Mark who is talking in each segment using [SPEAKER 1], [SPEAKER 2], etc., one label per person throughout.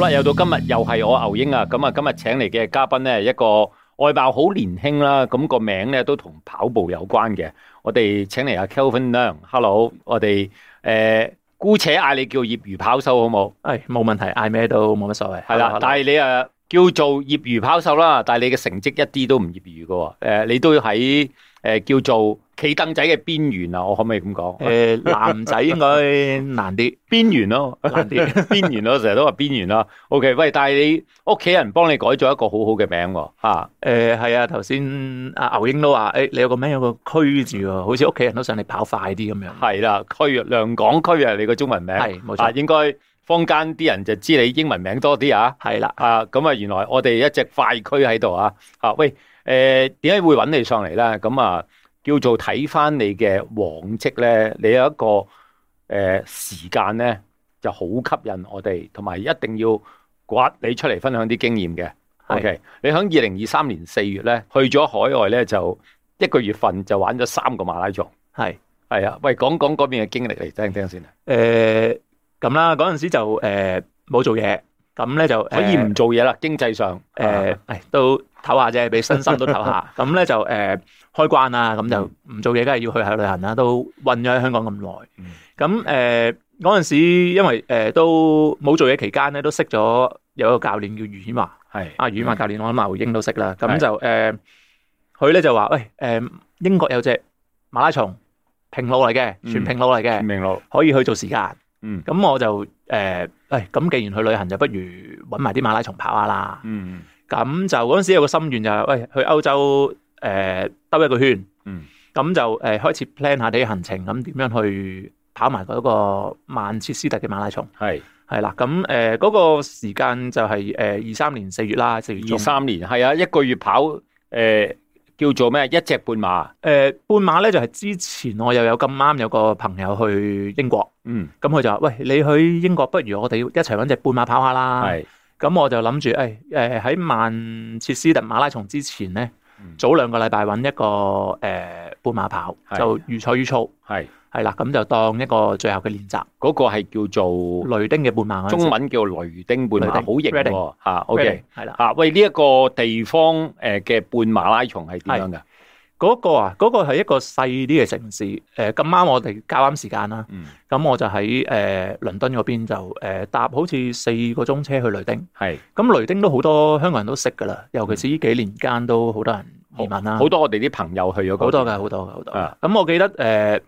[SPEAKER 1] 啦，又到今日又係我牛英啊，咁啊今日請嚟嘅嘉賓咧，一個外貌好年輕啦，咁、個名咧都同跑步有關嘅。我哋請嚟阿 Kelvin Leung，Hello，我哋诶、呃姑且嗌你叫業餘跑手好冇？
[SPEAKER 2] 诶，冇問題，嗌咩都冇乜所謂。
[SPEAKER 1] 係啦，但係你啊叫做業餘跑手啦，但係你嘅成績一啲都唔業餘噶喎。诶、你都喺诶、呃叫做企凳仔嘅邊緣啊，我可唔可以咁講？
[SPEAKER 2] 诶，男仔應該 難啲，
[SPEAKER 1] 邊緣咯，
[SPEAKER 2] 難啲。
[SPEAKER 1] 邊緣咯，成日都話邊緣啦。OK，喂，但係你屋企人幫你改咗一個好好嘅名喎，嚇、
[SPEAKER 2] 诶，係啊，頭先阿牛英都話，诶，你有個名有個區字喎，好似屋企人都想你跑快啲咁樣。
[SPEAKER 1] 係啦，區啊，梁港區啊，你個中文名
[SPEAKER 2] 係冇
[SPEAKER 1] 啊，
[SPEAKER 2] 錯，
[SPEAKER 1] 應該坊間啲人就知你英文名多啲啊。
[SPEAKER 2] 係啦。
[SPEAKER 1] 啊，咁啊，原來我哋一隻快區喺度啊。啊，喂，誒點解會揾你上嚟咧？咁啊，叫做睇翻你嘅往績咧，你有一個誒、呃、時間咧就好吸引我哋，同埋一定要刮你出嚟分享啲經驗嘅。
[SPEAKER 2] 係
[SPEAKER 1] OK，你喺二零二三年四月咧去咗海外咧，就一個月份就玩咗三個馬拉松。
[SPEAKER 2] 係
[SPEAKER 1] 係啊，喂，講講嗰邊嘅經歷嚟聽聽先啊。
[SPEAKER 2] 诶，咁啦，嗰陣時就诶冇做嘢，咁咧就
[SPEAKER 1] 可以唔做嘢啦，經濟上
[SPEAKER 2] 诶，
[SPEAKER 1] 啊
[SPEAKER 2] 誒唉都唞下啫，俾身心都唞下。咁咧就诶開關啦，咁就唔做嘢，梗係要去下旅行啦。都困咗喺香港咁耐
[SPEAKER 1] 嗯，
[SPEAKER 2] 咁诶嗰陣時，因為诶都冇做嘢期間咧，都識咗有一個教練叫余顯華。
[SPEAKER 1] 係
[SPEAKER 2] 阿宇曼教練，我諗阿胡英都識啦。
[SPEAKER 1] 嗯係
[SPEAKER 2] 咁就誒，呃佢咧就話：喂，誒英國有隻馬拉松平路嚟嘅，
[SPEAKER 1] 嗯
[SPEAKER 2] 全平路嚟嘅，
[SPEAKER 1] 明路，
[SPEAKER 2] 可以去做時間。
[SPEAKER 1] 嗯
[SPEAKER 2] 咁我就誒，呃喂，咁既然去旅行，就不如揾埋啲馬拉松跑下啦。
[SPEAKER 1] 嗯。
[SPEAKER 2] 咁就嗰陣時有個心願就係、喂，去歐洲誒兜、一個圈。
[SPEAKER 1] 嗯。
[SPEAKER 2] 咁就誒、呃、開始 plan 下啲行程，咁點樣去跑埋嗰個曼徹斯特嘅馬拉松。
[SPEAKER 1] 係
[SPEAKER 2] 係啦，咁誒嗰個時間就係呃誒二三年四月啦，四月
[SPEAKER 1] 二
[SPEAKER 2] 中。
[SPEAKER 1] 三年係啊，一個月跑诶、呃叫做咩一隻半馬，
[SPEAKER 2] 誒、呃半馬咧就係、之前我又有咁啱有個朋友去英國，
[SPEAKER 1] 嗯
[SPEAKER 2] 咁佢就話：喂，你去英國，不如我哋一齊揾只半馬跑下啦。
[SPEAKER 1] 係
[SPEAKER 2] 咁我就諗住，誒誒喺曼徹斯特馬拉松之前咧，
[SPEAKER 1] 嗯
[SPEAKER 2] 早兩個禮拜揾一個誒、半馬跑，
[SPEAKER 1] 係
[SPEAKER 2] 就預賽預操，
[SPEAKER 1] 係
[SPEAKER 2] 係啦，咁就當一個最後嘅練習。
[SPEAKER 1] 嗰個係叫做
[SPEAKER 2] 雷丁嘅半馬嗰陣時
[SPEAKER 1] 中文叫雷丁半馬，
[SPEAKER 2] 雷丁
[SPEAKER 1] 好型喎吓。OK
[SPEAKER 2] Reading，係啦，
[SPEAKER 1] 吓、啊喂呢一、個地方诶嘅、半馬拉松係點樣㗎？
[SPEAKER 2] 嗰、個啊，嗰、個係一個細啲嘅城市，誒咁啱我哋交啱時間啦。
[SPEAKER 1] 嗯，
[SPEAKER 2] 咁我就喺誒、呃、倫敦嗰邊就誒、呃搭好似四個鐘車去雷丁。
[SPEAKER 1] 係
[SPEAKER 2] 咁雷丁都好多香港人都識㗎啦，尤其是呢幾年間都好多人移民啦，
[SPEAKER 1] 好多我哋啲朋友去咗嗰邊
[SPEAKER 2] 好多㗎，好多㗎，好多㗎
[SPEAKER 1] 啊。
[SPEAKER 2] 咁我記得誒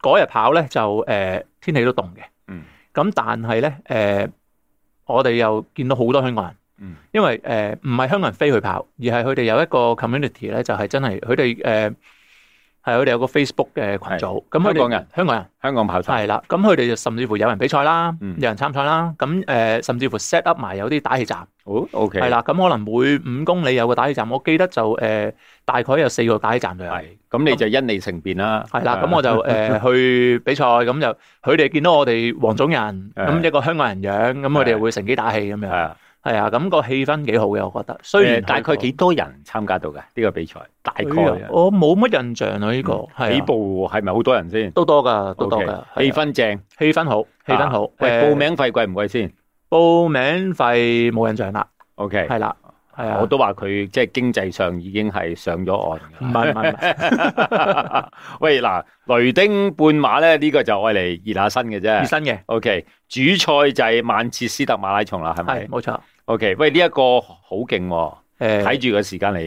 [SPEAKER 2] 嗰日跑咧就誒、呃天氣都凍嘅，
[SPEAKER 1] 嗯
[SPEAKER 2] 咁但係咧誒我哋又見到好多香港人。
[SPEAKER 1] 嗯
[SPEAKER 2] 因為誒唔係香港人飛去跑，而係佢哋有一個 community 咧，就係真係佢哋誒係佢哋有個 Facebook 嘅群組，咁佢哋
[SPEAKER 1] 香港人
[SPEAKER 2] 香港人
[SPEAKER 1] 香港跑手
[SPEAKER 2] 係啦，咁佢哋就甚至乎有人比賽啦，
[SPEAKER 1] 嗯
[SPEAKER 2] 有人參賽啦，咁誒、呃甚至乎 set up 埋有啲打氣站，
[SPEAKER 1] 好 OK
[SPEAKER 2] 係啦，咁可能每五公里有個打氣站，我記得就誒、呃大概有四個打氣站左右。
[SPEAKER 1] 係咁你就因你成便啦。
[SPEAKER 2] 係 啦，咁我就誒、呃去比賽，咁就佢哋見到我哋黃種人，
[SPEAKER 1] 係
[SPEAKER 2] 咁一個香港人樣，咁佢哋會乘機打氣咁
[SPEAKER 1] 係
[SPEAKER 2] 樣，
[SPEAKER 1] 啊
[SPEAKER 2] 係啊，咁、個氣氛幾好嘅，我覺得。雖
[SPEAKER 1] 誒
[SPEAKER 2] 然
[SPEAKER 1] 大概
[SPEAKER 2] 佢個
[SPEAKER 1] 幾多人參加到嘅呢、個比賽？大概啊
[SPEAKER 2] 哎呀我冇乜印象啊，呢個係
[SPEAKER 1] 起
[SPEAKER 2] 啊
[SPEAKER 1] 步係咪好多人先？
[SPEAKER 2] 都多㗎，都多
[SPEAKER 1] OK，
[SPEAKER 2] 㗎，係啊
[SPEAKER 1] 氣氛正。
[SPEAKER 2] 氣氛好，氣氛好。
[SPEAKER 1] 喂，
[SPEAKER 2] 誒
[SPEAKER 1] 報名費貴唔貴先
[SPEAKER 2] 報名費冇印象啦，
[SPEAKER 1] ？OK，
[SPEAKER 2] 係啦，係啊，
[SPEAKER 1] 我都話佢即係經濟上已經係上咗岸
[SPEAKER 2] 唔
[SPEAKER 1] 㗎啦。
[SPEAKER 2] 係唔係唔係
[SPEAKER 1] 喂，嗱，雷丁半馬咧，呢、個就愛嚟熱下身嘅
[SPEAKER 2] 熱
[SPEAKER 1] 啫。
[SPEAKER 2] 身嘅，
[SPEAKER 1] OK，主賽就係曼徹斯特馬拉松啦，係
[SPEAKER 2] 係
[SPEAKER 1] 咪
[SPEAKER 2] 冇錯。
[SPEAKER 1] ？OK，喂，呢、一個好勁喎，
[SPEAKER 2] 誒
[SPEAKER 1] 睇住個時間嚟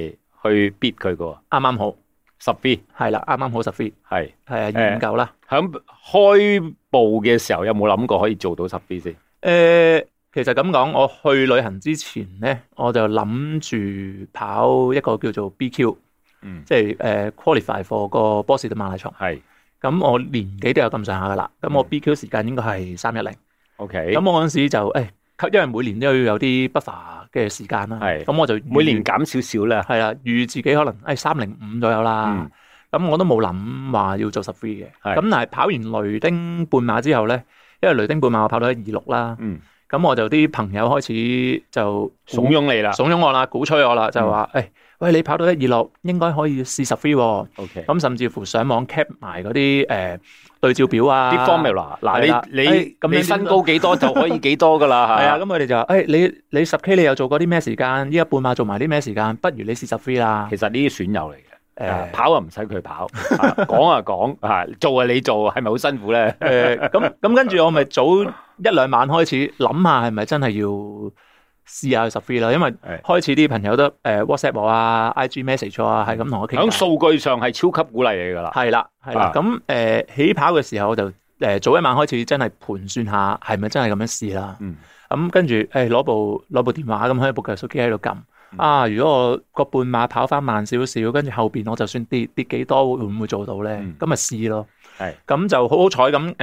[SPEAKER 1] 去 beat 佢嘅喎，
[SPEAKER 2] 啱啱好，
[SPEAKER 1] 十 B
[SPEAKER 2] 係啦，啱啱好十 f
[SPEAKER 1] 係
[SPEAKER 2] 係啊，
[SPEAKER 1] 誒
[SPEAKER 2] 研究啦。
[SPEAKER 1] 響開步嘅時候有冇諗過可以做到十 B 先？
[SPEAKER 2] 誒，呃其實咁講，我去旅行之前咧，我就諗住跑一個叫做 BQ，
[SPEAKER 1] 嗯，
[SPEAKER 2] 即係誒 qualify for 個波士頓馬拉松。
[SPEAKER 1] 係
[SPEAKER 2] 咁我年紀都有咁上下㗎啦，咁我
[SPEAKER 1] 嗯
[SPEAKER 2] BQ 時間應該係三一零。
[SPEAKER 1] OK，
[SPEAKER 2] 咁我嗰陣時就誒，哎因為每年都要有啲 buffer 嘅時間啦。
[SPEAKER 1] 係
[SPEAKER 2] 咁我就預
[SPEAKER 1] 每年減少少啦。
[SPEAKER 2] 係啦，預自己可能誒三零五左右啦
[SPEAKER 1] 嗯。
[SPEAKER 2] 咁我都冇諗話要做十 free 嘅。
[SPEAKER 1] 係
[SPEAKER 2] 咁但係跑完雷丁半馬之後咧，因為雷丁半馬我跑到一二六啦，
[SPEAKER 1] 嗯，
[SPEAKER 2] 咁我就啲朋友開始就
[SPEAKER 1] 慫恿你啦。嗯
[SPEAKER 2] 慫恿我啦，鼓吹我啦，就話誒哎喂，你跑到一二六應該可以試十 three 喎。
[SPEAKER 1] ，OK，
[SPEAKER 2] 咁甚至乎上網 cap 埋嗰啲誒對照表啊，
[SPEAKER 1] 啲 formula
[SPEAKER 2] 係啦
[SPEAKER 1] 嗱，你
[SPEAKER 2] 哎
[SPEAKER 1] 你
[SPEAKER 2] 咁
[SPEAKER 1] 你
[SPEAKER 2] 樣
[SPEAKER 1] 身高幾多就可以幾多噶 啦，
[SPEAKER 2] 係啊，
[SPEAKER 1] 嚇
[SPEAKER 2] 咁佢哋就話：，誒、你你十 K 你又做過啲咩時間？依家半馬做埋啲咩時間？不如你試十 free 啦。呃
[SPEAKER 1] 其實呢啲損友嚟嘅。
[SPEAKER 2] 誒、
[SPEAKER 1] 啊 跑啊唔使佢跑，啊講啊講，啊做啊你做，係咪好辛苦 咧？
[SPEAKER 2] 誒呃咁咁跟住我咪早一兩晚開始諗下係咪真係要試下十 free 啦，因為
[SPEAKER 1] 係
[SPEAKER 2] 開始啲朋友都誒、WhatsApp 我啊、IG message 我啊，係咁同我傾
[SPEAKER 1] 喺
[SPEAKER 2] 偈。
[SPEAKER 1] 數據上係超級鼓勵你噶啦，
[SPEAKER 2] 係啦，係啦
[SPEAKER 1] 啊。
[SPEAKER 2] 咁誒、起跑嘅時候我就誒、呃早一晚開始真係盤算下係咪真係咁樣試啦。
[SPEAKER 1] 嗯，
[SPEAKER 2] 咁跟住誒攞部攞部電話咁喺部計數機喺度撳
[SPEAKER 1] 嗯
[SPEAKER 2] 啊！如果我個半馬跑翻慢少少，跟住後邊我就算跌跌幾多，會唔會做到咧
[SPEAKER 1] 嗯？
[SPEAKER 2] 咁咪試咯。
[SPEAKER 1] 係
[SPEAKER 2] 咁就好好彩咁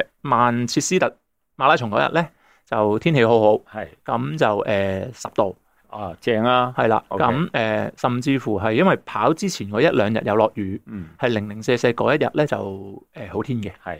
[SPEAKER 2] 誒，曼徹斯特馬拉松嗰日咧就天氣好好，
[SPEAKER 1] 係
[SPEAKER 2] 咁就誒十度
[SPEAKER 1] 啊正啊，
[SPEAKER 2] 係啦。
[SPEAKER 1] OK
[SPEAKER 2] 咁誒甚至乎係因為跑之前嗰一兩日有落雨，
[SPEAKER 1] 嗯
[SPEAKER 2] 係零零舍舍嗰一日咧就誒好天嘅。
[SPEAKER 1] 係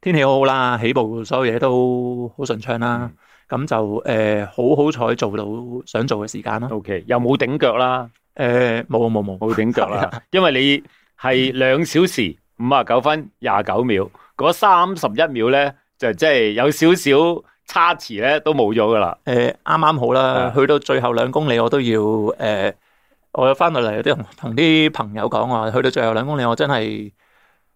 [SPEAKER 2] 天氣好好啦，起步所有嘢都好順暢啦。咁、就誒、呃好好彩做到想做嘅時間啦。
[SPEAKER 1] OK，又冇頂腳啦，
[SPEAKER 2] 誒冇冇冇，
[SPEAKER 1] 冇頂腳啦，啊因為你係兩小時五啊九分廿九秒，嗰三十一秒咧就即係有少少差池咧都冇咗噶啦，
[SPEAKER 2] 誒啱啱好啦
[SPEAKER 1] 啊。
[SPEAKER 2] 去到最後兩公里我都要誒、呃我翻到嚟有啲同同啲朋友講話，去到最後兩公里我真係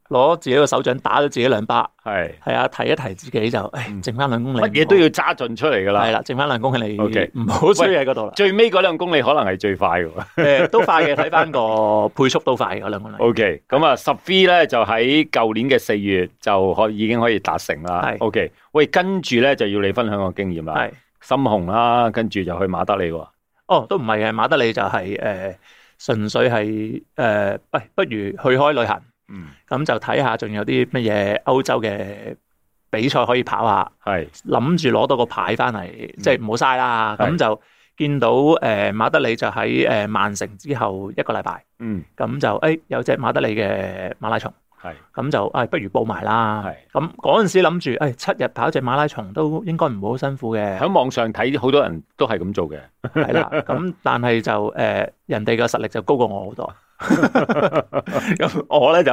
[SPEAKER 2] 攞自己個手掌打咗自己兩巴，
[SPEAKER 1] 係
[SPEAKER 2] 係啊，提一提自己就
[SPEAKER 1] 嗯
[SPEAKER 2] 誒，剩翻兩公里，
[SPEAKER 1] 乜嘢都要揸盡出嚟噶
[SPEAKER 2] 係
[SPEAKER 1] 啦，
[SPEAKER 2] 啦，剩翻兩公里
[SPEAKER 1] OK
[SPEAKER 2] 唔好衰喺嗰度啦。
[SPEAKER 1] 最尾嗰兩公里可能係最快嘅喎。
[SPEAKER 2] 誒都快嘅，睇翻個配速都快嘅嗰兩公里。
[SPEAKER 1] O K，咁啊，十 V 咧就喺舊年嘅四月就可已經可以達成啦
[SPEAKER 2] 係。
[SPEAKER 1] O K，喂，跟住咧就要你分享個經驗啦。
[SPEAKER 2] 係。
[SPEAKER 1] 深紅啦，跟住就去馬德里喎。
[SPEAKER 2] 哦，都唔係嘅，馬德里就係、誒、純粹係誒，呃喂、不如去開旅行，
[SPEAKER 1] 嗯，
[SPEAKER 2] 咁就睇下仲有啲乜嘢歐洲嘅比賽可以跑下，
[SPEAKER 1] 係
[SPEAKER 2] 諗住攞到個牌翻嚟，即係唔好嘥啦。
[SPEAKER 1] 嗯係
[SPEAKER 2] 咁就見到誒、呃、馬德里就喺誒、呃曼城之後一個禮拜，
[SPEAKER 1] 嗯
[SPEAKER 2] 咁就誒、哎有隻馬德里嘅馬拉松，
[SPEAKER 1] 係
[SPEAKER 2] 咁就誒、哎不如報埋啦。
[SPEAKER 1] 係。
[SPEAKER 2] 咁嗰陣時諗住誒七日跑隻馬拉松都應該唔會好辛苦嘅。
[SPEAKER 1] 喺網上睇好多人都係咁做嘅。
[SPEAKER 2] 係啦，咁但係就诶、呃人哋嘅實力就高過我好 多。咁我咧就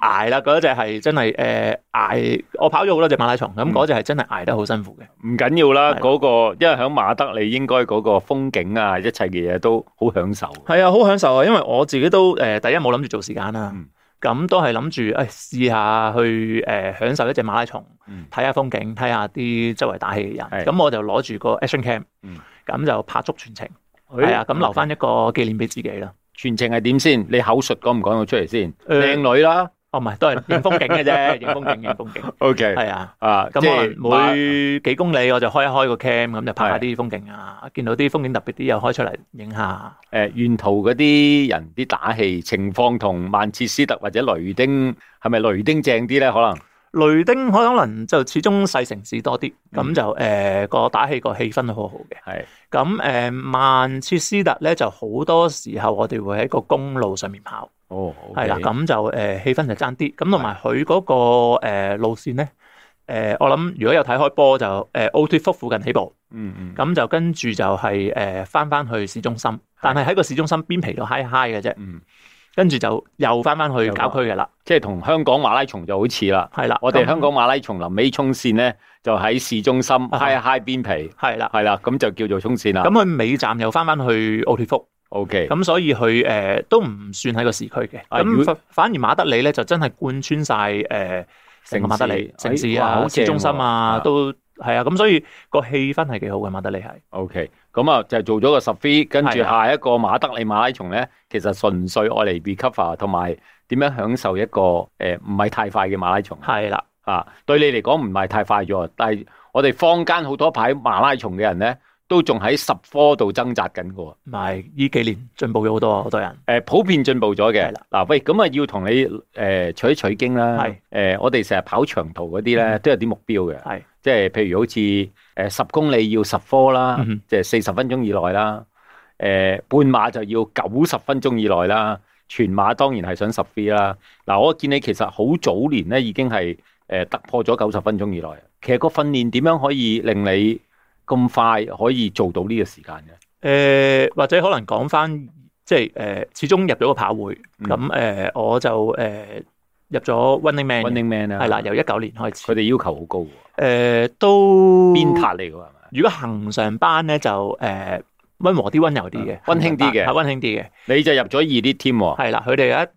[SPEAKER 2] 捱啦，嗰只係真係诶捱，我跑咗好多隻馬拉松，咁
[SPEAKER 1] 嗯
[SPEAKER 2] 嗰只係真係捱得好辛苦嘅。
[SPEAKER 1] 唔緊要啦，
[SPEAKER 2] 係
[SPEAKER 1] 嗰個因為喺馬德里應該嗰個風景啊，一切嘅嘢都好享受。
[SPEAKER 2] 係啊，好享受啊，因為我自己都诶、呃第一冇諗住做時間啦
[SPEAKER 1] 嗯，
[SPEAKER 2] 咁、都係諗住诶試下去诶、呃享受一隻馬拉松
[SPEAKER 1] 嗯，
[SPEAKER 2] 睇下風景，睇下啲周圍打氣嘅
[SPEAKER 1] 係
[SPEAKER 2] 人。咁我就攞住個 action cam，
[SPEAKER 1] 嗯
[SPEAKER 2] 咁就拍足全程，係啊，咁留翻一個紀念俾自己啦。
[SPEAKER 1] 全程係點先？你口述講唔講到出嚟先？
[SPEAKER 2] 誒
[SPEAKER 1] 靚女啦。
[SPEAKER 2] 哦，唔係， 都係影風景嘅啫，影風景，影風景。
[SPEAKER 1] O K，
[SPEAKER 2] 係啊，
[SPEAKER 1] 啊，
[SPEAKER 2] 咁
[SPEAKER 1] 即
[SPEAKER 2] 可
[SPEAKER 1] 係
[SPEAKER 2] 能每幾公里我就開一開個 cam，咁就拍下啲風景啊，見到啲風景特別啲又開出嚟影下。
[SPEAKER 1] 誒、沿途嗰啲人啲打氣情況同曼徹斯特或者雷丁係咪雷丁正啲咧？可能
[SPEAKER 2] 雷丁可能就始終細城市多啲，
[SPEAKER 1] 嗯
[SPEAKER 2] 咁就誒個打氣個氣氛好好嘅。
[SPEAKER 1] 係
[SPEAKER 2] 咁誒曼徹斯特咧就好多時候我哋會喺個公路上面跑，
[SPEAKER 1] 哦，
[SPEAKER 2] 係啦，咁就誒氣氛就爭啲。咁同埋佢嗰個誒路線咧，誒我諗如果有睇開波就誒奧脱福附近起步。
[SPEAKER 1] 嗯嗯，
[SPEAKER 2] 咁就跟住就係誒翻翻去市中心，但係喺個市中心邊皮度嗨嗨嘅啫，
[SPEAKER 1] 嗯，
[SPEAKER 2] 跟住就又翻翻去
[SPEAKER 1] 又
[SPEAKER 2] 郊區嘅啦，
[SPEAKER 1] 即係同香港馬拉松就好似啦。
[SPEAKER 2] 係啦。
[SPEAKER 1] 我哋
[SPEAKER 2] 咁
[SPEAKER 1] 香港馬拉松臨尾衝線咧，就喺市中心
[SPEAKER 2] 啊
[SPEAKER 1] 嗨一嗨邊皮，
[SPEAKER 2] 係啦，
[SPEAKER 1] 係啦，咁就叫做衝線啦。
[SPEAKER 2] 咁佢尾站又翻翻去奧鐵福，
[SPEAKER 1] O K，
[SPEAKER 2] 咁所以佢誒、呃都唔算喺個市區嘅，
[SPEAKER 1] 啊如果
[SPEAKER 2] 咁反反而馬德里咧就真係貫穿晒誒成個馬德里
[SPEAKER 1] 城
[SPEAKER 2] 城
[SPEAKER 1] 市
[SPEAKER 2] 市
[SPEAKER 1] 哎哇好
[SPEAKER 2] 啊、市中心
[SPEAKER 1] 正喎
[SPEAKER 2] 啊
[SPEAKER 1] 啊，
[SPEAKER 2] 都係啊，咁所以個氣氛係幾好嘅馬德里係。
[SPEAKER 1] O K，咁啊就做咗個十 V，跟住
[SPEAKER 2] 係啊
[SPEAKER 1] 下一個馬德里馬拉松咧，其實純粹愛嚟 recover 同埋點樣享受一個誒唔係太快嘅馬拉松。
[SPEAKER 2] 係啦，
[SPEAKER 1] 啊，對你嚟講唔係太快咗，但係我哋坊間好多排馬拉松嘅人咧，都仲喺十科度掙扎緊嘅喎。
[SPEAKER 2] 同埋呢幾年進步咗好多啊，好多人。
[SPEAKER 1] 誒普遍進步咗嘅
[SPEAKER 2] 係啦，
[SPEAKER 1] 嗱喂，咁啊要同你誒、取一取經啦。
[SPEAKER 2] 係嗯
[SPEAKER 1] 誒、我哋成日跑長途嗰啲咧，都有啲目標嘅。
[SPEAKER 2] 係
[SPEAKER 1] 即係譬如好似呃誒十公里要十科啦
[SPEAKER 2] 嗯哼，
[SPEAKER 1] 即係四十分鐘以內啦。誒、半馬就要九十分鐘以內啦，全馬當然係想十 V 啦。嗱，我見你其實好早年咧已經係誒突破咗九十分鐘以內。其實個訓練點樣可以令你咁快可以做到呢個時間嘅？
[SPEAKER 2] 呃誒、或者可能講翻即係誒，始終入咗個跑會，
[SPEAKER 1] 嗯
[SPEAKER 2] 咁誒我就誒入咗 Running Man，嘅
[SPEAKER 1] Running Man 啊，
[SPEAKER 2] 係啦，由一九年開
[SPEAKER 1] 佢
[SPEAKER 2] 始，
[SPEAKER 1] 哋要求好高喎，
[SPEAKER 2] 誒都
[SPEAKER 1] 鞭撻嚟㗎係咪？
[SPEAKER 2] 如果恒常班咧就誒温和啲、温柔啲嘅，
[SPEAKER 1] 溫嗯馨啲嘅
[SPEAKER 2] 係温馨啲嘅，
[SPEAKER 1] 你就入咗二啲 team 喎，
[SPEAKER 2] 係啦，佢哋有一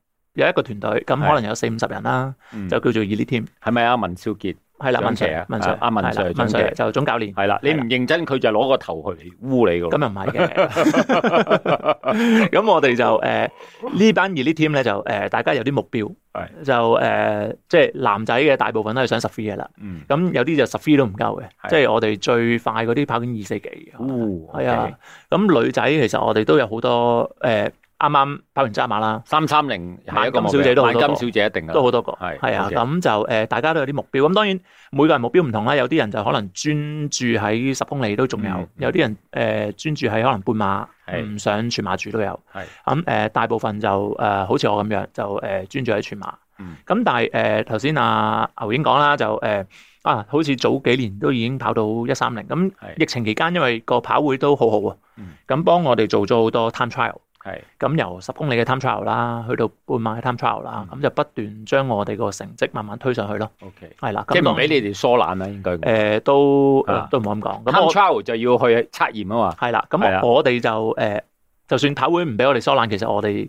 [SPEAKER 2] 有一個團隊，咁
[SPEAKER 1] 係
[SPEAKER 2] 可能有四五十人啦，
[SPEAKER 1] 嗯
[SPEAKER 2] 就叫做熱烈 team，
[SPEAKER 1] 係咪啊？文少傑
[SPEAKER 2] 係啦，
[SPEAKER 1] 長
[SPEAKER 2] 文
[SPEAKER 1] 期
[SPEAKER 2] Sir，
[SPEAKER 1] 啊
[SPEAKER 2] 文 Sir，
[SPEAKER 1] 啊文 Sir，
[SPEAKER 2] 係啦文
[SPEAKER 1] 長
[SPEAKER 2] Sir
[SPEAKER 1] 期
[SPEAKER 2] 就總教練，
[SPEAKER 1] 係啦，你唔認真佢就攞個頭去嚟污你㗎
[SPEAKER 2] 咁
[SPEAKER 1] 喎。
[SPEAKER 2] 又唔係嘅， 咁我哋就誒呢班熱烈 team 咧就誒大家有啲目標
[SPEAKER 1] 係，
[SPEAKER 2] 就誒即係男仔嘅大部分都係想十 free 嘅啦，
[SPEAKER 1] 嗯，
[SPEAKER 2] 咁有啲就十 free 都唔夠嘅，
[SPEAKER 1] 係
[SPEAKER 2] 即係我哋最快嗰啲跑緊二四幾嘅。
[SPEAKER 1] 哦污
[SPEAKER 2] 係啊，咁女仔其實我哋都有好多誒，啱啱跑完渣馬啦，
[SPEAKER 1] 三三零係一個目
[SPEAKER 2] 萬金小姐
[SPEAKER 1] 標，
[SPEAKER 2] 都好
[SPEAKER 1] 萬
[SPEAKER 2] 多
[SPEAKER 1] 金小姐一定㗎
[SPEAKER 2] 都
[SPEAKER 1] 啦。
[SPEAKER 2] 好多個，
[SPEAKER 1] 係
[SPEAKER 2] 係啊，
[SPEAKER 1] OK
[SPEAKER 2] 咁就誒，大家都有啲目標。咁當然每個人目標唔同啦，有啲人就可能專注喺十公里都仲
[SPEAKER 1] 嗯
[SPEAKER 2] 有，有啲人呃誒專注喺可能半馬，
[SPEAKER 1] 係
[SPEAKER 2] 唔想全馬主都有
[SPEAKER 1] 係。
[SPEAKER 2] 咁誒，大部分就誒好似我咁樣，就誒專注喺全馬。
[SPEAKER 1] 嗯
[SPEAKER 2] 咁但係誒頭先阿牛英講啦，就誒啊，好似早幾年都已經跑到一三零咁。
[SPEAKER 1] 係
[SPEAKER 2] 疫情期間，因為個跑會都好好啊
[SPEAKER 1] 嗯，
[SPEAKER 2] 咁幫我哋做咗好多 time trial。
[SPEAKER 1] 係
[SPEAKER 2] 咁由十公里嘅 time trial 啦，去到半馬嘅 time trial 啦，
[SPEAKER 1] 嗯
[SPEAKER 2] 咁就不斷將我哋個成績慢慢推上去咯。
[SPEAKER 1] OK，
[SPEAKER 2] 係啦，咁
[SPEAKER 1] 即係唔俾你哋疏懶啦，應該講。
[SPEAKER 2] 誒都
[SPEAKER 1] 啊
[SPEAKER 2] 都唔好咁講。
[SPEAKER 1] 咁
[SPEAKER 2] 咁我
[SPEAKER 1] trial 就要去測驗啊嘛。
[SPEAKER 2] 係啦，
[SPEAKER 1] 係啦
[SPEAKER 2] 咁我我哋就誒，就算跑會唔俾我哋疏懶，其實我哋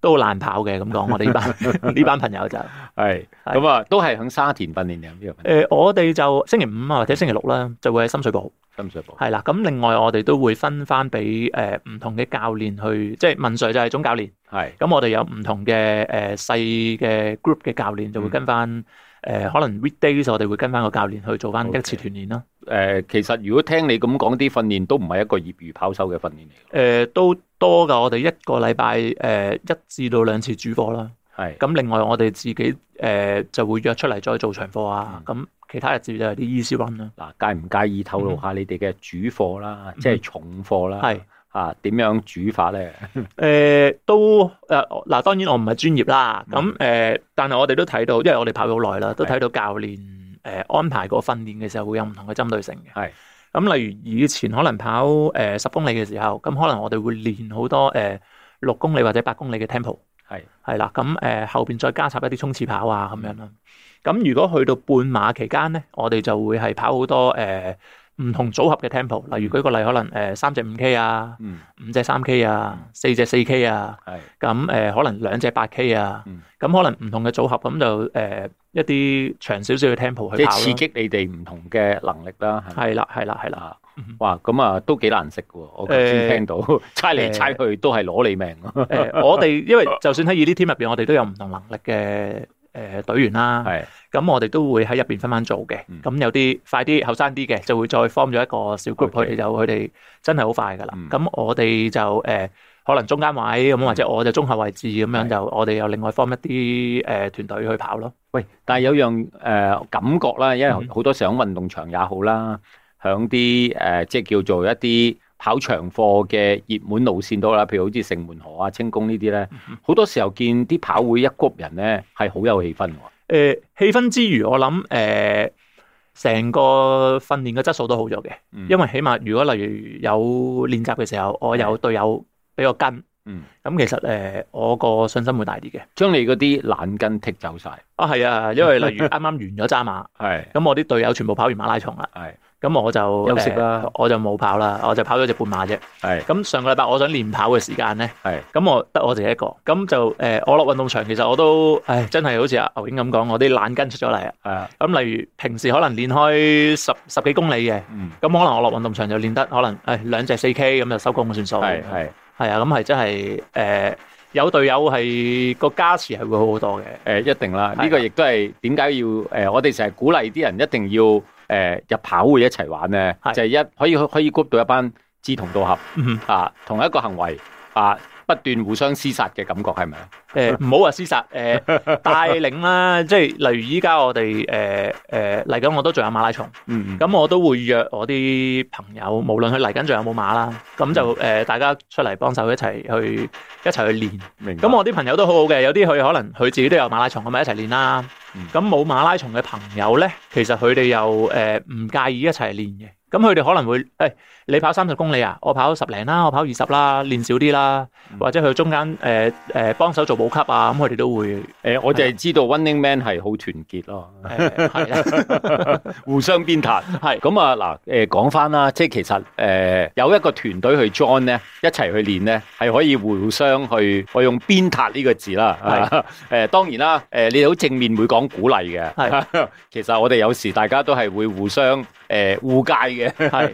[SPEAKER 2] 都好難跑嘅。咁講，我哋呢班 呢班朋友就
[SPEAKER 1] 係
[SPEAKER 2] 係
[SPEAKER 1] 咁啊，都係喺沙田訓練嘅呢個
[SPEAKER 2] 誒，我哋就星期五啊或者星期六啦，就會喺深水埗。
[SPEAKER 1] 深水埗。
[SPEAKER 2] 係啦，咁另外我哋都會分翻俾誒唔同嘅教練去，即係文 Sir 就係總教練。
[SPEAKER 1] 係
[SPEAKER 2] 咁我哋有唔同嘅誒細嘅 group 嘅教練就會跟翻誒、呃可能 weekdays 我哋會跟翻個教練去做翻
[SPEAKER 1] OK
[SPEAKER 2] 一次團練啦。
[SPEAKER 1] 誒，其實如果聽你咁講，啲訓練都唔係一個業餘跑手嘅訓練嚟
[SPEAKER 2] 誒、呃都多㗎，我哋一個禮拜誒一至到兩次主課
[SPEAKER 1] 嘅。
[SPEAKER 2] 啦。
[SPEAKER 1] 係
[SPEAKER 2] 咁另外我哋自己誒、呃就會約出嚟再做長課啊。咁、其他日子就有啲 easy run 啦。
[SPEAKER 1] 嗱，介唔介意透露下你哋嘅主課啦，即係重課啦，
[SPEAKER 2] 嗯係
[SPEAKER 1] 啊點樣煮法咧？
[SPEAKER 2] 誒、呃都誒嗱、當然我唔係專業啦。咁誒、呃但係我哋都睇到，因為我哋跑咗好耐啦，都睇到教練誒、呃安排個訓練嘅時候會有唔同嘅針對性嘅。
[SPEAKER 1] 係
[SPEAKER 2] 咁例如以前可能跑誒十公里嘅時候，咁可能我哋會練好多誒六、公里或者八公里嘅 tempo，
[SPEAKER 1] 係
[SPEAKER 2] 係啦。咁誒、呃、後邊再加插一啲衝刺跑啊咁樣啦。咁如果去到半馬期間咧，我哋就會係跑好多誒唔、同組合嘅 tempo，例如舉個例，可能誒三隻五 K 啊，
[SPEAKER 1] 嗯
[SPEAKER 2] 五隻三 K 啊，四隻四 K 啊，
[SPEAKER 1] 係
[SPEAKER 2] 咁誒、呃可能兩隻八 K 啊
[SPEAKER 1] 嗯，
[SPEAKER 2] 咁、可能唔同嘅組合咁就誒、呃一啲長少少嘅 tempo
[SPEAKER 1] 即
[SPEAKER 2] 去
[SPEAKER 1] 係
[SPEAKER 2] 跑
[SPEAKER 1] 刺
[SPEAKER 2] 啦。
[SPEAKER 1] 激你哋唔同嘅能力啦，係咪
[SPEAKER 2] 係啦，係啦，係啦。
[SPEAKER 1] 啊
[SPEAKER 2] 嗯！
[SPEAKER 1] 哇，咁啊都幾難食喎！我頭先
[SPEAKER 2] 誒
[SPEAKER 1] 聽到 猜嚟猜去都係攞你命咯，
[SPEAKER 2] 誒、呃我哋因為就算喺二啲 team 入邊，我哋都有唔同能力嘅誒、隊員 啦。
[SPEAKER 1] 係
[SPEAKER 2] 咁我哋都會喺入邊分翻組嘅。
[SPEAKER 1] 嗯
[SPEAKER 2] 咁、有啲快啲、後生啲嘅，就會再 form 咗一個小 group，佢
[SPEAKER 1] OK
[SPEAKER 2] 哋就佢哋真係好快噶啦
[SPEAKER 1] 嗯。
[SPEAKER 2] 咁、我哋就誒、可能中間位咁，或者我就中後位置咁樣，
[SPEAKER 1] 係
[SPEAKER 2] 就我哋又另外 form 一啲誒、團隊去跑咯。
[SPEAKER 1] 喂，但係有樣誒、呃感覺啦，因為
[SPEAKER 2] 嗯
[SPEAKER 1] 好多時喺運動場也好啦，響啲誒即係叫做一啲跑長課嘅熱門路線都好啦，譬如好似城門河啊、清宮呢啲咧，好多時候見啲跑會一 group 人咧係好有氣氛喎。
[SPEAKER 2] 誒、呃氣氛之餘，我諗誒。呃成個訓練嘅質素都好咗嘅，
[SPEAKER 1] 嗯
[SPEAKER 2] 因為起碼如果例如有練習嘅時候，我有隊友俾我跟，
[SPEAKER 1] 嗯，
[SPEAKER 2] 咁其實誒、呃我個信心會大啲嘅。
[SPEAKER 1] 將你嗰啲懶筋剔走晒，
[SPEAKER 2] 啊，係啊，因 為例如啱啱完咗渣馬，
[SPEAKER 1] 係
[SPEAKER 2] 咁我啲隊友全部跑完馬拉松啦，
[SPEAKER 1] 係
[SPEAKER 2] 咁我就
[SPEAKER 1] 休息啦
[SPEAKER 2] 呃我就冇跑啦，我就跑咗只半馬啫。
[SPEAKER 1] 係
[SPEAKER 2] 咁上個禮拜我想練跑嘅時間咧，
[SPEAKER 1] 係
[SPEAKER 2] 咁我得我自己一個，咁就誒、呃我落運動場其實我都，唉，真係好似阿牛英咁講，我啲懶筋出咗嚟啊。
[SPEAKER 1] 啊，
[SPEAKER 2] 咁例如平時可能練開十十幾公里嘅，
[SPEAKER 1] 嗯，
[SPEAKER 2] 咁可能我落運動場就練得可能誒兩隻四 K 咁就收工算數。
[SPEAKER 1] 係係。
[SPEAKER 2] 係啊，咁係真係誒、呃有隊友係個加持係會好好多
[SPEAKER 1] 誒、
[SPEAKER 2] 嘅。
[SPEAKER 1] 呃一定啦，
[SPEAKER 2] 係啊
[SPEAKER 1] 呢個亦都係點解要誒、我哋成日鼓勵啲人一定要誒、入跑會一齊玩咧，
[SPEAKER 2] 係
[SPEAKER 1] 就係一可以可以 group 到一班志同道合
[SPEAKER 2] 嗯，
[SPEAKER 1] 啊，同一個行為啊，不斷互相廝殺嘅感覺係咪啊？
[SPEAKER 2] 誒唔好話廝殺，誒帶 領啦，即係例如依家我哋誒誒嚟緊，我都仲有馬拉松，
[SPEAKER 1] 嗯咁
[SPEAKER 2] 咁我都會約我啲朋友，無論佢嚟緊仲有冇馬啦，咁就誒、呃大家出嚟幫手一齊去一齊去練。
[SPEAKER 1] 明白
[SPEAKER 2] 咁我啲朋友都好好嘅，有啲佢可能佢自己都有馬拉松，咁咪一齊練啦
[SPEAKER 1] 嗯。
[SPEAKER 2] 呃咁冇馬拉松嘅朋友咧，其實佢哋又誒唔介意一齊練嘅。咁佢哋可能會誒、哎你跑三十公里啊，我跑十零啦，我跑二十啦，練少啲啦
[SPEAKER 1] 嗯，
[SPEAKER 2] 或者佢中間誒誒幫手做補給啊，咁佢哋都會
[SPEAKER 1] 诶，呃我就係知道 Running Man 係好團結咯，
[SPEAKER 2] 誒呃係啦，
[SPEAKER 1] 互相鞭挞。
[SPEAKER 2] 係
[SPEAKER 1] 咁啊嗱，诶講翻啦，即係其實诶、誒有一個團隊去 join 咧，一齊去練咧，係可以互相去，我用鞭挞呢個字啦。
[SPEAKER 2] 係
[SPEAKER 1] 诶、 誒當然啦，诶、你哋好正面會講鼓勵嘅。 其實我哋有時大家都係會互相诶、誒互戒嘅。
[SPEAKER 2] 係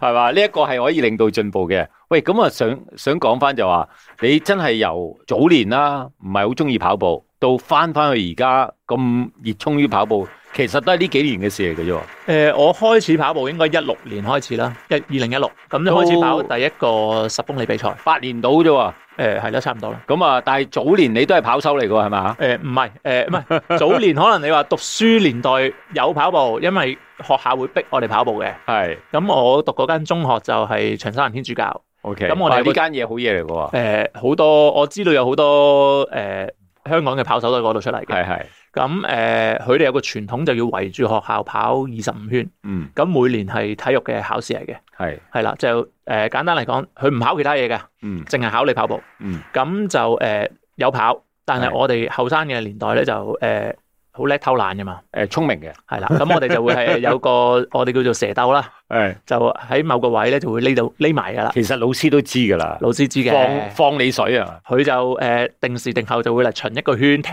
[SPEAKER 1] 係嘛？呢、一個係可以令到進步嘅。喂，咁啊想想講翻就話，你真係由早年啦，唔係好中意跑步，到翻翻去而家咁熱衷於跑步，其實都係呢幾年嘅事嚟嘅啫喎。
[SPEAKER 2] 誒呃我開始跑步應該一六年開始啦，一二零一六咁就開始跑第一個十公里比賽，
[SPEAKER 1] 八年到啫喎，
[SPEAKER 2] 誒係啦，差唔多啦。
[SPEAKER 1] 咁啊，但係早年你都係跑手嚟嘅喎，係啊嘛？
[SPEAKER 2] 誒呃唔係誒唔係， 早年可能你話讀書年代有跑步，因為學校會逼我哋跑步嘅。
[SPEAKER 1] 係
[SPEAKER 2] 咁我讀嗰間中學就係長沙人天主教，
[SPEAKER 1] ，OK。
[SPEAKER 2] 咁我哋
[SPEAKER 1] 哇呢
[SPEAKER 2] 有個
[SPEAKER 1] 間嘢好嘢嚟嘅喎，
[SPEAKER 2] 誒、好多我知道有好多誒、呃香港嘅跑手都喺嗰度出嚟嘅。
[SPEAKER 1] 係係，
[SPEAKER 2] 咁誒，呃佢哋、有個傳統就要圍住學校跑二十五圈。
[SPEAKER 1] 嗯
[SPEAKER 2] 咁每年係體育嘅考試嚟嘅，
[SPEAKER 1] 係，
[SPEAKER 2] 係啦，就誒、呃、簡單嚟講，佢唔考其他嘢嘅，
[SPEAKER 1] 嗯
[SPEAKER 2] 淨係考你跑步。
[SPEAKER 1] 嗯
[SPEAKER 2] 咁就誒、呃有跑，但係
[SPEAKER 1] 係
[SPEAKER 2] 我哋後生嘅年代咧就誒好叻偷懶嘅嘛，
[SPEAKER 1] 誒聰明嘅，
[SPEAKER 2] 係啦。咁我哋就會 係有個我哋叫做蛇鬥啦，
[SPEAKER 1] 誒
[SPEAKER 2] 就喺某個位咧就會匿到匿埋㗎啦。
[SPEAKER 1] 其實老師都知㗎啦，
[SPEAKER 2] 老師知嘅。
[SPEAKER 1] 放放你水啊，
[SPEAKER 2] 佢就誒、呃定時定候就會嚟巡一個圈踢，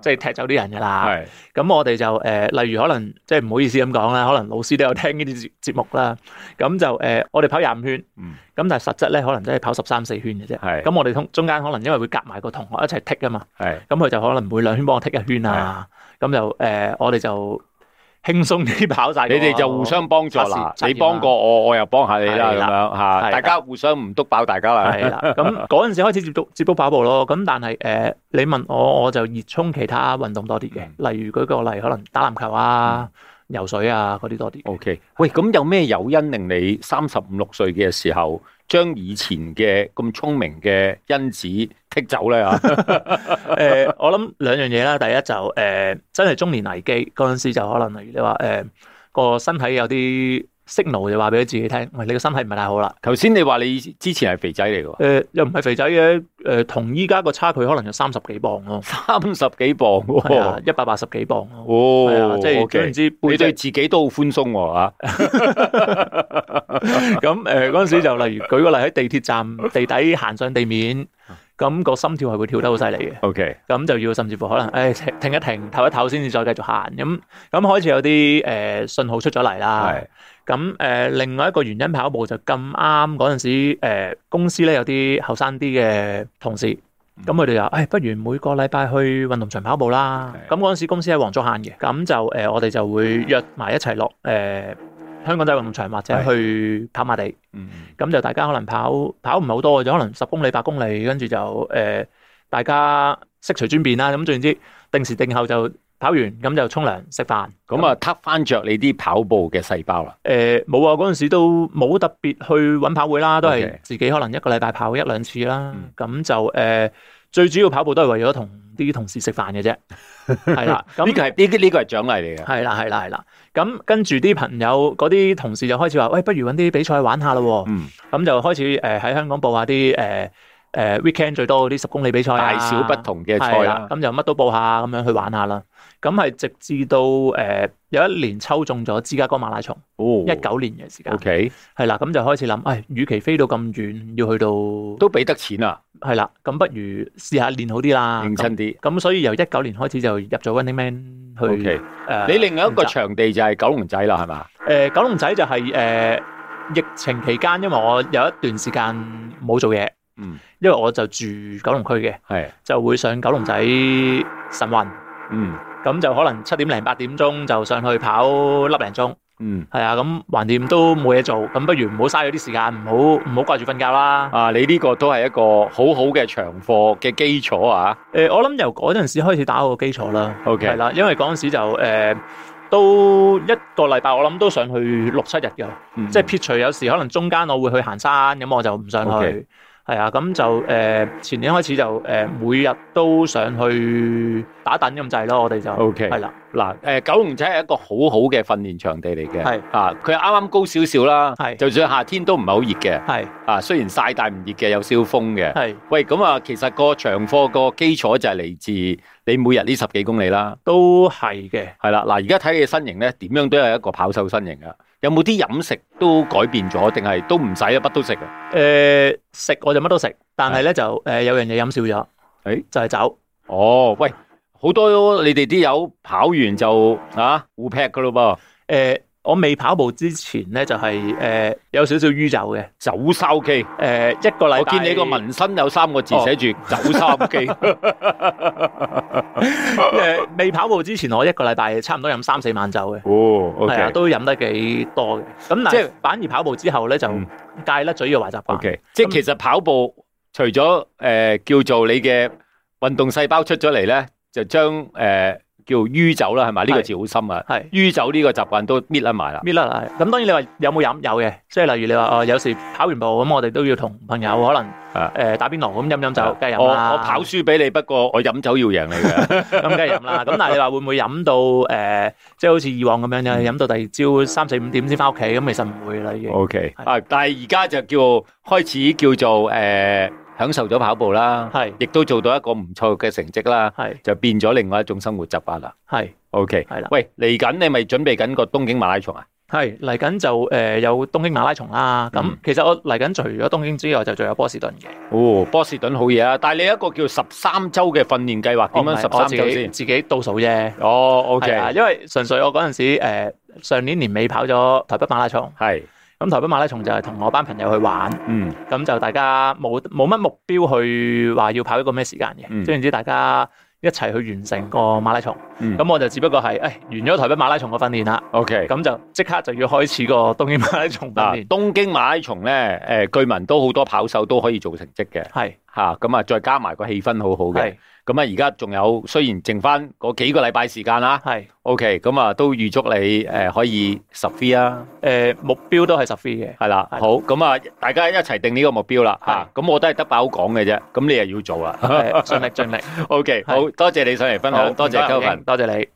[SPEAKER 2] 即係踢走啲人㗎啦。
[SPEAKER 1] 係
[SPEAKER 2] 咁我哋就誒、呃例如可能即係唔好意思咁講啦，可能老師都有聽呢啲節節目啦。咁就誒、呃我哋跑廿五圈，咁
[SPEAKER 1] 嗯
[SPEAKER 2] 但係實質咧可能真係跑十三四圈嘅啫。
[SPEAKER 1] 係
[SPEAKER 2] 咁我哋通中間可能因為會夾埋個同學一齊剔啊嘛，
[SPEAKER 1] 係
[SPEAKER 2] 咁佢就可能每兩圈幫我剔一圈啊。咁就誒、呃我哋就輕鬆啲跑晒嗰個。
[SPEAKER 1] 你哋就互相幫助啦
[SPEAKER 2] 測，試
[SPEAKER 1] 你幫過我，我又幫下你啦，咁
[SPEAKER 2] 係啦
[SPEAKER 1] 樣吓，
[SPEAKER 2] 係啦
[SPEAKER 1] 大家互相唔督爆大家啦，
[SPEAKER 2] 係啦， 咁嗰陣時開始接觸接觸跑步咯。咁但係誒、呃你問我我就熱衷其他運動多啲嘅，
[SPEAKER 1] 嗯
[SPEAKER 2] 例如舉個例，可能打籃球啊、游水啊嗰啲多啲。
[SPEAKER 1] O K，喂，咁有咩誘因令你三十五六歲嘅時候，將以前嘅咁聰明嘅因子剔走咧啊？
[SPEAKER 2] 誒、我諗兩樣嘢啦。第一就誒、呃真係中年危機嗰陣時就可能例如你話誒個身體有啲 signal 就話俾自己聽，喂，你個身體唔係太好啦。
[SPEAKER 1] 頭先你話你之前係肥仔嚟嘅
[SPEAKER 2] 誒、又唔係肥仔嘅，誒、同依家個差距可能有三十幾磅咯，
[SPEAKER 1] 喎，三十幾磅
[SPEAKER 2] 啊係啊
[SPEAKER 1] 喎，，
[SPEAKER 2] 一百八十幾磅咯，係啊
[SPEAKER 1] 哦，，
[SPEAKER 2] 即係
[SPEAKER 1] o
[SPEAKER 2] 總言
[SPEAKER 1] K，
[SPEAKER 2] 之背
[SPEAKER 1] 你
[SPEAKER 2] 脊
[SPEAKER 1] 對自己都好寬鬆喎啊，
[SPEAKER 2] 咁誒嗰陣時就例如舉個例喺地鐵 站地底行上地面，咁個心跳係會跳得好犀利嘅，
[SPEAKER 1] O K，
[SPEAKER 2] 咁就要甚至乎可能 誒停一停唞一唞先至再繼續行，咁咁開始有啲誒、呃、信號出咗嚟啦。
[SPEAKER 1] 係
[SPEAKER 2] 咁誒、呃另外一個原因跑步就咁啱嗰陣時、呃、公司咧有啲後生啲嘅同事，
[SPEAKER 1] 嗯
[SPEAKER 2] 咁佢哋就誒、唉不如每個禮拜去運動場跑步啦。
[SPEAKER 1] 係
[SPEAKER 2] 咁嗰陣時公司喺黃竹坑嘅，咁就誒、呃我哋就會約埋一齊落誒香港仔運動場或者
[SPEAKER 1] 係
[SPEAKER 2] 去跑馬地。
[SPEAKER 1] 嗯
[SPEAKER 2] 咁就大家可能跑跑唔係好多嘅啫，可能十公里、八公里，跟住就誒、呃大家悉隨尊便啦。咁總言之，定時定候就跑完，咁就沖涼食飯。
[SPEAKER 1] 咁啊，挞翻着你啲跑步嘅細胞啦，
[SPEAKER 2] 誒冇啊！嗰陣時都冇特別去揾跑會啦，都
[SPEAKER 1] OK
[SPEAKER 2] 係自己可能一個禮拜跑一兩次啦
[SPEAKER 1] 嗯。
[SPEAKER 2] 咁、就誒、呃最主要跑步都係為咗同啲同事食飯 嘅啫，係啦。咁
[SPEAKER 1] 呢個係呢個呢個係獎勵嚟嘅。
[SPEAKER 2] 係啊啦，係啦，係啦。咁跟住啲朋友嗰啲同事就開始話：，喂，不如揾啲比賽玩下咯喎。
[SPEAKER 1] 嗯，
[SPEAKER 2] 咁就開始誒喺香港報下啲誒誒 weekend 最多嗰啲十公里比賽啊
[SPEAKER 1] 大小不同嘅賽
[SPEAKER 2] 係啊
[SPEAKER 1] 啦
[SPEAKER 2] 啦，，咁就乜都報下，咁樣去玩下啦。咁係直至到誒、呃有一年抽中咗芝加哥馬拉松，
[SPEAKER 1] 哦
[SPEAKER 2] 一九年嘅時間
[SPEAKER 1] ，O，K，
[SPEAKER 2] 係啦，咁就開始諗，唉，與其飛到咁遠，要去到
[SPEAKER 1] 都俾得錢啊，
[SPEAKER 2] 係啦，咁不如試下練好啲啦。
[SPEAKER 1] 認真啲。
[SPEAKER 2] 啊咁咁所以由一九年開始就入咗 Running Man 去
[SPEAKER 1] O K，
[SPEAKER 2] 呃
[SPEAKER 1] 你另外一個
[SPEAKER 2] 練習
[SPEAKER 1] 場地就係九龍仔啦，係嘛？
[SPEAKER 2] 誒、九龍仔就係、呃疫情期間，因為我有一段時間冇做嘢，
[SPEAKER 1] 嗯，
[SPEAKER 2] 因為我就住九龍區嘅，
[SPEAKER 1] 係，
[SPEAKER 2] 就會上九龍仔晨運，
[SPEAKER 1] 嗯
[SPEAKER 2] 咁就可能七點零八點鐘就上去跑粒零鐘，
[SPEAKER 1] 嗯，
[SPEAKER 2] 係啊，咁橫掂都冇嘢做，咁不如唔好嘥咗啲時間，唔好唔好掛住瞓覺啦。
[SPEAKER 1] 啊，你呢個都係一個好好嘅長課嘅基礎啊
[SPEAKER 2] 誒、我諗由嗰陣時開始打好個基礎啦，
[SPEAKER 1] ，O
[SPEAKER 2] 係
[SPEAKER 1] K，
[SPEAKER 2] 啦因為嗰陣時就誒、呃都一個禮拜，我諗都上
[SPEAKER 1] 嗯
[SPEAKER 2] 去六七日㗎。即係撇除有時可能中間我會去行山，咁我就唔上去
[SPEAKER 1] OK。
[SPEAKER 2] 係啊，咁就誒、呃前年開始就誒、呃每日都上去打趸咁滯咯，我哋就
[SPEAKER 1] OK
[SPEAKER 2] 係啦，
[SPEAKER 1] 嗱，誒九龍仔係一個好好嘅訓練場地嚟嘅，
[SPEAKER 2] 係
[SPEAKER 1] 啊，佢啱啱高少少啦，
[SPEAKER 2] 係
[SPEAKER 1] 就算夏天都唔係好熱嘅，
[SPEAKER 2] 係
[SPEAKER 1] 啊，雖然晒但唔熱嘅，有少風嘅。
[SPEAKER 2] 係
[SPEAKER 1] 喂，咁啊，其實個長課個基礎就係嚟自你每日呢十幾公里啦，
[SPEAKER 2] 都係嘅。
[SPEAKER 1] 係啦，嗱，而家睇你嘅身形咧，點樣都有一個跑手身形噶，有冇啲飲食都改變咗，定係都唔使啊，乜都食啊？
[SPEAKER 2] 誒、食我就乜都食，但係咧就誒、呃有樣嘢飲少咗，
[SPEAKER 1] 誒
[SPEAKER 2] 就係酒。
[SPEAKER 1] 哦，喂，好多你哋啲友跑完就啊互劈噶咯噃，
[SPEAKER 2] 誒、我未跑步之前咧就係、呃有少少酗酒嘅。誒、
[SPEAKER 1] 走收機。
[SPEAKER 2] 一個禮
[SPEAKER 1] 我
[SPEAKER 2] 拜
[SPEAKER 1] 見你個紋身有三個字
[SPEAKER 2] 哦
[SPEAKER 1] 寫住走收機。
[SPEAKER 2] 誒、未跑步之前，我一個禮拜差唔多飲三四晚酒嘅。
[SPEAKER 1] 哦
[SPEAKER 2] 係啊，都飲得幾多嘅。咁但
[SPEAKER 1] 即
[SPEAKER 2] 係
[SPEAKER 1] 係
[SPEAKER 2] 反而跑步之後咧，就
[SPEAKER 1] 嗯
[SPEAKER 2] 戒甩咗呢個壞習慣。
[SPEAKER 1] OK，即係其實跑步除咗诶、呃叫做你嘅運動細胞出咗嚟咧，就將诶、呃叫酗酒啦，係咪？呢、個
[SPEAKER 2] 係
[SPEAKER 1] 字好深啊！
[SPEAKER 2] 係
[SPEAKER 1] 酗酒呢個習慣都搣甩埋啦。
[SPEAKER 2] 搣甩啦。咁當然你話有冇飲有嘅，即係例如你話哦，有時跑完步咁，我哋都要同朋友可能
[SPEAKER 1] 啊
[SPEAKER 2] 誒打邊爐咁飲飲酒，梗係
[SPEAKER 1] 我
[SPEAKER 2] 飲啦。
[SPEAKER 1] 我跑輸俾你，不過我飲酒要贏你 嘅。
[SPEAKER 2] 咁梗係 飲啦。咁但係你話會唔會飲到誒，即係好似以往咁樣嘅飲到第二朝三四五點先翻屋企？咁其實唔會啦，已經
[SPEAKER 1] OK，
[SPEAKER 2] 係
[SPEAKER 1] 啊，但係而家就叫開始叫做诶、呃享受咗跑步啦，
[SPEAKER 2] 係
[SPEAKER 1] 亦都做到一個唔錯嘅成績啦，
[SPEAKER 2] 係
[SPEAKER 1] 就變咗另外一種生活習慣啦。
[SPEAKER 2] 係
[SPEAKER 1] OK，
[SPEAKER 2] 係啦。
[SPEAKER 1] 喂，嚟緊你咪準備緊個東京馬拉松啊？
[SPEAKER 2] 係嚟緊就誒有東京馬拉松啦。咁
[SPEAKER 1] 嗯
[SPEAKER 2] 其實我嚟緊除咗東京之外，就仲有波士頓嘅。
[SPEAKER 1] 哦，波士頓好嘢啊！但係你有一個叫十三周嘅訓練計劃，點樣
[SPEAKER 2] 哦我唔係
[SPEAKER 1] 十
[SPEAKER 2] 我
[SPEAKER 1] 三
[SPEAKER 2] 自
[SPEAKER 1] 周
[SPEAKER 2] 己
[SPEAKER 1] 先？
[SPEAKER 2] 自己倒數啫。
[SPEAKER 1] 哦，OK，
[SPEAKER 2] 係啊，因為純粹我嗰陣時誒上年年尾跑咗台北馬拉松，
[SPEAKER 1] 係，
[SPEAKER 2] 咁台北馬拉松就係同我班朋友去玩，
[SPEAKER 1] 嗯，
[SPEAKER 2] 咁就大家冇冇乜目標去話要跑一個咩時間嘅，
[SPEAKER 1] 嗯
[SPEAKER 2] 總言之大家一齊去完成個馬拉松。
[SPEAKER 1] 嗯
[SPEAKER 2] 咁我就只不過係誒哎完咗台北馬拉松個訓練啦，
[SPEAKER 1] ，OK。
[SPEAKER 2] 咁就即刻就要開始個東京馬拉松訓
[SPEAKER 1] 嗱，
[SPEAKER 2] 練。
[SPEAKER 1] 東京馬拉松咧，誒據聞都好多跑手都可以做成績嘅，
[SPEAKER 2] 係
[SPEAKER 1] 嚇咁啊，再加埋個氣氛好好嘅，
[SPEAKER 2] 係
[SPEAKER 1] 咁啊而家仲有，雖然剩翻嗰幾個禮拜時間啦
[SPEAKER 2] 係
[SPEAKER 1] ，OK，咁啊都預祝你誒可以十 V 啊，
[SPEAKER 2] 誒呃目標都係十 free 嘅。
[SPEAKER 1] 係啦，
[SPEAKER 2] 係
[SPEAKER 1] 好，咁啊大家一齊定呢個目標啦，嚇，咁我都係得把口講嘅啫，咁你又要做啦
[SPEAKER 2] 呃誒盡力盡力，
[SPEAKER 1] ，OK，好多謝你上嚟分
[SPEAKER 2] 好
[SPEAKER 1] 享，多謝
[SPEAKER 2] 唔該
[SPEAKER 1] Kevin
[SPEAKER 2] 瑩。多謝你。